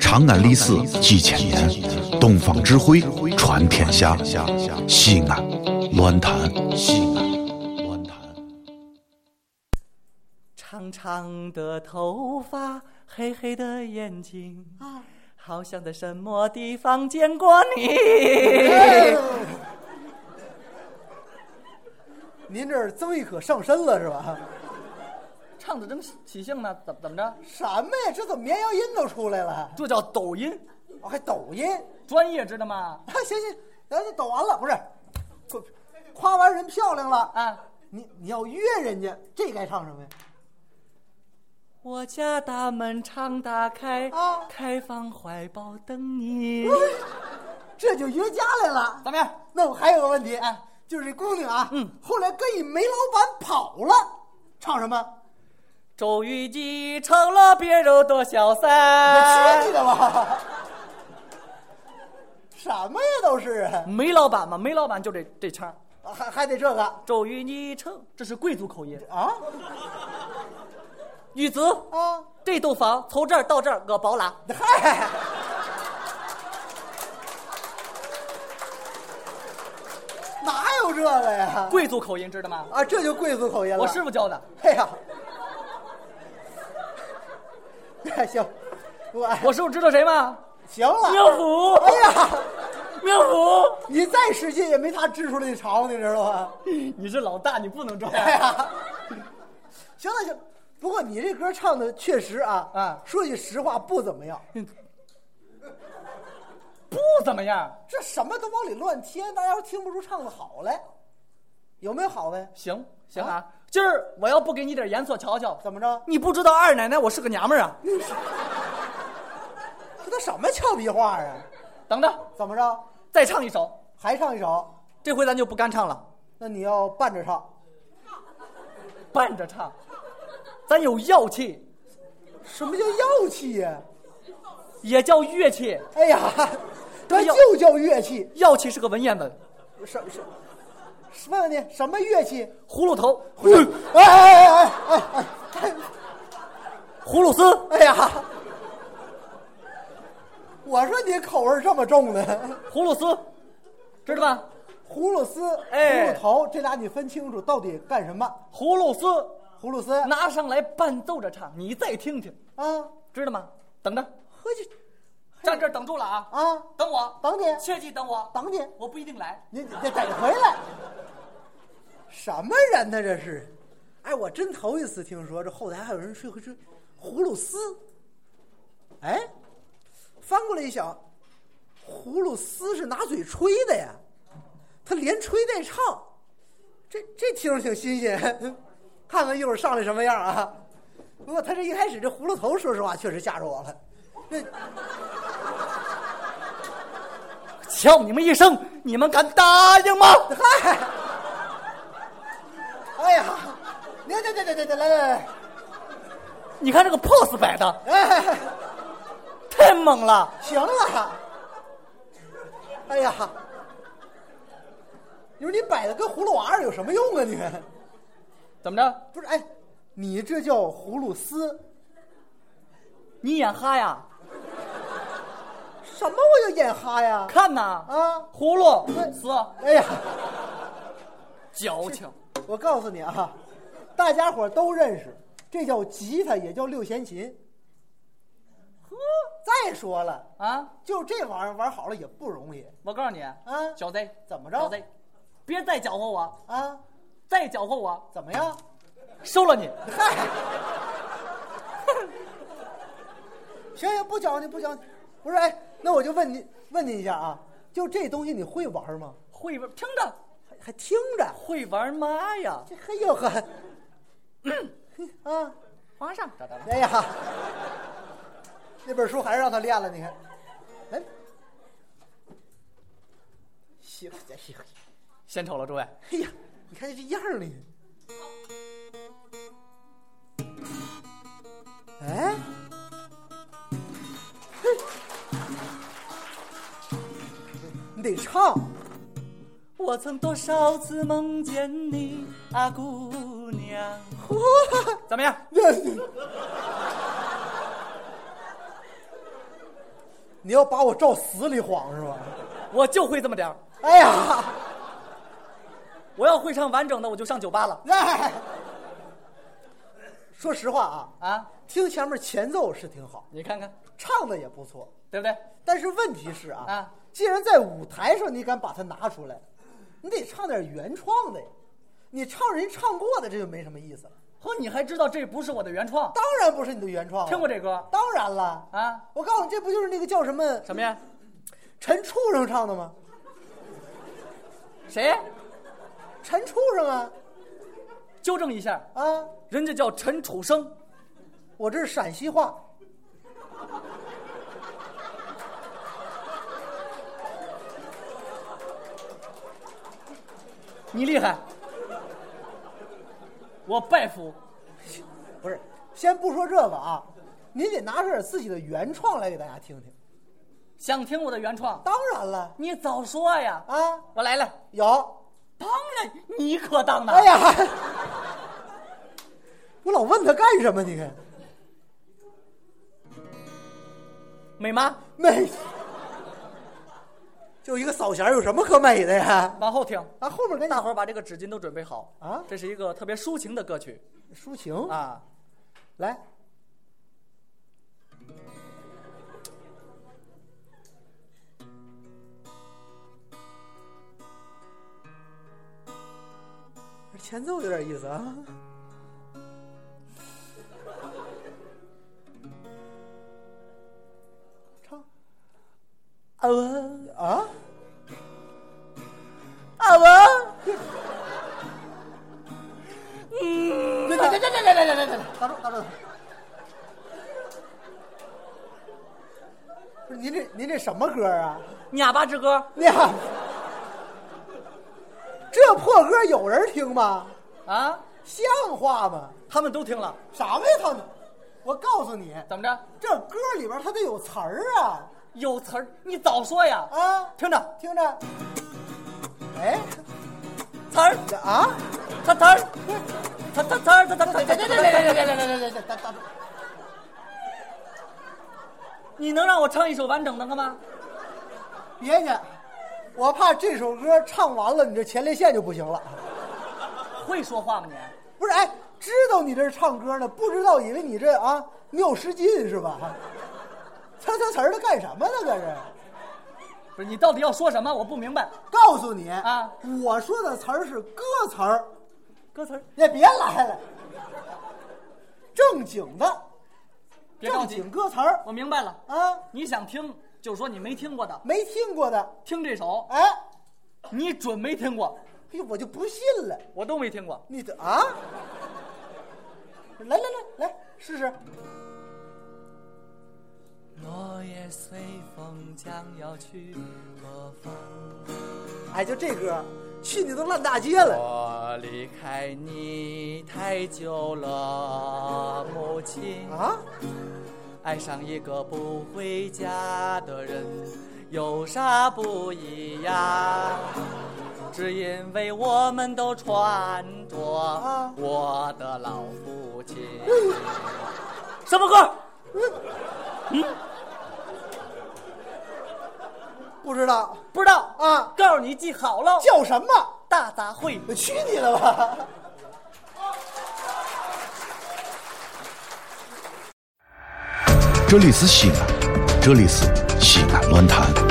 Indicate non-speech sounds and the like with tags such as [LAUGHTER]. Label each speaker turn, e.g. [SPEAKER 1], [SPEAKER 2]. [SPEAKER 1] 长安历史几千年，东方智慧传天下。西安，乱谈西安，乱谈。
[SPEAKER 2] 长长的头发，黑黑的眼睛，好像在什么地方见过你。
[SPEAKER 3] [LAUGHS] 您这儿曾轶可上身了是吧？
[SPEAKER 2] [LAUGHS] 唱的真起兴呢，怎怎么着？
[SPEAKER 3] 什么呀？这怎么绵羊音都出来了？
[SPEAKER 2] 这叫抖音，
[SPEAKER 3] 哦，还抖音？
[SPEAKER 2] 专业知道吗？
[SPEAKER 3] 啊，行行，咱就抖完了，不是，夸夸完人漂亮了哎
[SPEAKER 2] 啊！
[SPEAKER 3] 你你要约人家，这该唱什么呀？
[SPEAKER 2] 我家大门常打开，
[SPEAKER 3] 啊
[SPEAKER 2] 开放怀抱等你。
[SPEAKER 3] 这就约家来了。
[SPEAKER 2] [LAUGHS] 怎么样？
[SPEAKER 3] 那我还有个问题，哎，就是这姑娘啊，嗯，后来跟一煤老板跑了，唱什么？
[SPEAKER 2] 周瑜记成了别人的小
[SPEAKER 3] 我去
[SPEAKER 2] 三
[SPEAKER 3] 你。的吧！ [LAUGHS] 什么呀都是啊，
[SPEAKER 2] 煤老板嘛，煤老板就这这腔儿。
[SPEAKER 3] 还还得这个
[SPEAKER 2] 周瑜记成，这是贵族口音。
[SPEAKER 3] 啊
[SPEAKER 2] 玉子，
[SPEAKER 3] 啊！
[SPEAKER 2] 这栋房从这儿到这儿我包揽。
[SPEAKER 3] 嗨，哪有这个呀？
[SPEAKER 2] 贵族口音知道吗？
[SPEAKER 3] 啊，这就贵族口音了。
[SPEAKER 2] 我师傅教的。
[SPEAKER 3] [LAUGHS] 哎呀，哎行，我
[SPEAKER 2] 我师傅知道谁吗？
[SPEAKER 3] 行了。
[SPEAKER 2] 妙福
[SPEAKER 3] 哎呀，
[SPEAKER 2] 妙福，
[SPEAKER 3] 你再使劲也没他支出来的长，你知道吗？
[SPEAKER 2] [LAUGHS] 你是老大，你不能这
[SPEAKER 3] 哎
[SPEAKER 2] 样。
[SPEAKER 3] 呀，行了行，不过你这歌唱的确实啊，
[SPEAKER 2] 啊
[SPEAKER 3] 说句实话不怎么样，
[SPEAKER 2] [LAUGHS] 不怎么样，
[SPEAKER 3] 这什么都往里乱添，大家都听不出唱的好来，有没有好呗？
[SPEAKER 2] 行行啊，今儿我要不给你点颜色瞧瞧，
[SPEAKER 3] 怎么着？
[SPEAKER 2] 你不知道二奶奶我是个娘们儿啊。
[SPEAKER 3] 这都什么俏皮话啊？
[SPEAKER 2] 等着，
[SPEAKER 3] 怎么着？
[SPEAKER 2] 再唱一首，
[SPEAKER 3] 还唱一首？
[SPEAKER 2] 这回咱就不干唱了，
[SPEAKER 3] 那你要伴着唱，
[SPEAKER 2] 伴着唱，咱有药气，
[SPEAKER 3] 什么叫药气呀、
[SPEAKER 2] 也叫乐器。
[SPEAKER 3] 哎呀，
[SPEAKER 2] 这
[SPEAKER 3] 这
[SPEAKER 2] 药
[SPEAKER 3] 就叫乐器。
[SPEAKER 2] 药气是个文言文，
[SPEAKER 3] 什什？问问你什么乐器？
[SPEAKER 2] 葫芦头，
[SPEAKER 3] 哎哎哎哎哎哎！
[SPEAKER 2] 葫芦丝，
[SPEAKER 3] 哎呀，我说你口味儿这么重呢，
[SPEAKER 2] 葫芦丝，知道吧？
[SPEAKER 3] 葫芦丝、
[SPEAKER 2] 哎
[SPEAKER 3] 葫芦头这俩你分清楚到底干什么？
[SPEAKER 2] 葫芦丝
[SPEAKER 3] 葫芦丝
[SPEAKER 2] 拿上来伴奏着唱，你再听听，
[SPEAKER 3] 啊，
[SPEAKER 2] 知道吗？等着，
[SPEAKER 3] 合计
[SPEAKER 2] 站这儿等住了啊！
[SPEAKER 3] 啊，
[SPEAKER 2] 等我，
[SPEAKER 3] 等你
[SPEAKER 2] 切记等我，
[SPEAKER 3] 等你。
[SPEAKER 2] 我不一定来。
[SPEAKER 3] 你你得回来。什么人呢？这是？哎，我真头一次听说这后台还有人吹吹吹葫芦丝。哎，翻过来一想，葫芦丝是拿嘴吹的呀，他连吹带唱，这这听着挺新鲜。看看一会儿上来什么样啊？不过他这一开始这葫芦头，说实话确实吓着我了。这
[SPEAKER 2] 瞧你们一声，你们敢答应吗？
[SPEAKER 3] 嗨，哎呀，来来来来来来来
[SPEAKER 2] 你看这个 pose 摆的
[SPEAKER 3] 来，哎，
[SPEAKER 2] 太猛了，
[SPEAKER 3] 行了，哎呀，你说你摆的跟葫芦娃儿有什么用啊你？
[SPEAKER 2] 怎么着？
[SPEAKER 3] 不是，哎，你这叫葫芦丝，
[SPEAKER 2] 你眼哈呀？
[SPEAKER 3] 什么我叫眼哈呀？
[SPEAKER 2] 看呐，
[SPEAKER 3] 啊，
[SPEAKER 2] 葫芦丝
[SPEAKER 3] 哎呀，
[SPEAKER 2] 矫情，
[SPEAKER 3] 我告诉你啊，大家伙儿都认识，这叫吉他，也叫六弦琴。呵，再说了，
[SPEAKER 2] 啊！
[SPEAKER 3] 就这玩意儿玩好了也不容易。
[SPEAKER 2] 我告诉你，
[SPEAKER 3] 啊
[SPEAKER 2] 小贼，
[SPEAKER 3] 怎么
[SPEAKER 2] 小
[SPEAKER 3] 着？
[SPEAKER 2] 贼，别再搅和我，
[SPEAKER 3] 啊，
[SPEAKER 2] 再搅和我，
[SPEAKER 3] 怎么样？
[SPEAKER 2] 收了你。
[SPEAKER 3] 嗨，行行，不搅你不搅你，不是哎，那我就问你问你一下啊，就这东西你会玩吗？
[SPEAKER 2] 会玩，听着，
[SPEAKER 3] 还还听着，
[SPEAKER 2] 会玩妈呀！
[SPEAKER 3] 这嘿呦呵，啊，
[SPEAKER 2] 皇上，咋咋咋
[SPEAKER 3] 哎呀，那本书还是让他练了，你看，哎，行，哎呀，
[SPEAKER 2] 先瞅了，诸位，
[SPEAKER 3] 哎呀，你看这样儿呢，哎。你得唱，
[SPEAKER 2] 我曾多少次梦见你啊，姑娘，
[SPEAKER 3] [LAUGHS]
[SPEAKER 2] 怎么样？
[SPEAKER 3] 那你要把我照死里晃是吧？
[SPEAKER 2] 我就会这么点儿。
[SPEAKER 3] 哎呀，
[SPEAKER 2] 我要会唱完整的，我就上酒吧了
[SPEAKER 3] 哎，说实话啊，
[SPEAKER 2] 啊！
[SPEAKER 3] 听前面前奏是挺好，
[SPEAKER 2] 你看看，
[SPEAKER 3] 唱的也不错，
[SPEAKER 2] 对不对？
[SPEAKER 3] 但是问题是啊，
[SPEAKER 2] 啊
[SPEAKER 3] 既然在舞台上你敢把它拿出来，你得唱点原创的呀。你唱人唱过的，这就没什么意思了。
[SPEAKER 2] 呵，你还知道这不是我的原创？
[SPEAKER 3] 当然不是你的原创了，
[SPEAKER 2] 听过这歌
[SPEAKER 3] 当然了
[SPEAKER 2] 啊！
[SPEAKER 3] 我告诉你，这不就是那个叫什么
[SPEAKER 2] 什么呀？
[SPEAKER 3] 陈畜生唱的吗？
[SPEAKER 2] 谁？
[SPEAKER 3] 陈畜生啊
[SPEAKER 2] 纠正一下，
[SPEAKER 3] 啊！
[SPEAKER 2] 人家叫陈楚生。
[SPEAKER 3] 我这是陕西话，
[SPEAKER 2] 你厉害，我拜服。
[SPEAKER 3] 不是。先不说这个啊，您得拿出点自己的原创来给大家听听。
[SPEAKER 2] 想听我的原创？
[SPEAKER 3] 当然了
[SPEAKER 2] 你早说呀！
[SPEAKER 3] 啊，
[SPEAKER 2] 我来了。
[SPEAKER 3] 有。
[SPEAKER 2] 当然，你可当的。
[SPEAKER 3] 哎呀， [LAUGHS] 我老问他干什么？你看，
[SPEAKER 2] 美妈，
[SPEAKER 3] 美，就一个扫弦儿，有什么可美的呀？
[SPEAKER 2] 往后听。
[SPEAKER 3] 啊，后面跟
[SPEAKER 2] 大伙
[SPEAKER 3] 儿
[SPEAKER 2] 儿把这个纸巾都准备好
[SPEAKER 3] 啊
[SPEAKER 2] 这是一个特别抒情的歌曲
[SPEAKER 3] 抒情，
[SPEAKER 2] 啊。
[SPEAKER 3] 来，前奏有点意思啊。唱
[SPEAKER 2] 啊文
[SPEAKER 3] 啊，
[SPEAKER 2] 啊文，嗯，
[SPEAKER 3] 别
[SPEAKER 2] 来来
[SPEAKER 3] 别别
[SPEAKER 2] 来来来来来来
[SPEAKER 3] 打住打住！不是您这您这什么歌啊？
[SPEAKER 2] 哑巴之歌
[SPEAKER 3] 你看，这破歌有人听吗？
[SPEAKER 2] 啊，
[SPEAKER 3] 像话吗？
[SPEAKER 2] 他们都听了，
[SPEAKER 3] 啥玩意儿他们？我告诉你，
[SPEAKER 2] 怎么着？
[SPEAKER 3] 这歌里边它得有词儿啊
[SPEAKER 2] 有词儿，你早说呀！
[SPEAKER 3] 啊！
[SPEAKER 2] 听着，
[SPEAKER 3] 听着，哎，
[SPEAKER 2] 词儿，
[SPEAKER 3] 这啊，
[SPEAKER 2] 词儿，词儿，词儿，词儿，词儿，词儿，
[SPEAKER 3] 来来来来来来来来来，打打，
[SPEAKER 2] 你能让我唱一首完整的吗？
[SPEAKER 3] 别去，我怕这首歌唱完了，你这前列腺就不行了。
[SPEAKER 2] 会说话吗你？
[SPEAKER 3] 不是，哎，知道你这是唱歌呢，不知道以为你这啊尿失禁是吧？词儿词儿词儿的干什么呢？这是，
[SPEAKER 2] 不是你到底要说什么？我不明白。
[SPEAKER 3] 告诉你
[SPEAKER 2] 啊，
[SPEAKER 3] 我说的词儿是歌词儿，
[SPEAKER 2] 歌词儿，
[SPEAKER 3] 你别来了，正经的，
[SPEAKER 2] 别着
[SPEAKER 3] 正
[SPEAKER 2] 急
[SPEAKER 3] 经，歌词儿
[SPEAKER 2] 我明白了。
[SPEAKER 3] 啊，
[SPEAKER 2] 你想听就说你没听过的，
[SPEAKER 3] 没听过的，
[SPEAKER 2] 听这首，
[SPEAKER 3] 哎，
[SPEAKER 2] 你准没听过，
[SPEAKER 3] 嘿，我就不信了，
[SPEAKER 2] 我都没听过。
[SPEAKER 3] 你的啊，来来来来试试，
[SPEAKER 2] 落叶随风将要去何方？
[SPEAKER 3] 哎，就这歌，去你都烂大街了，
[SPEAKER 2] 我离开你太久了，母亲。
[SPEAKER 3] 啊，
[SPEAKER 2] 爱上一个不回家的人，有啥不一样？只因为我们都穿着
[SPEAKER 3] 啊
[SPEAKER 2] 我的老父亲。什么歌？
[SPEAKER 3] 不知道
[SPEAKER 2] 不知道
[SPEAKER 3] 啊
[SPEAKER 2] 告诉你记好了，
[SPEAKER 3] 叫什么。
[SPEAKER 2] 大杂烩。
[SPEAKER 3] 我去你了吧！
[SPEAKER 1] 这里是西安，这里是西安论坛。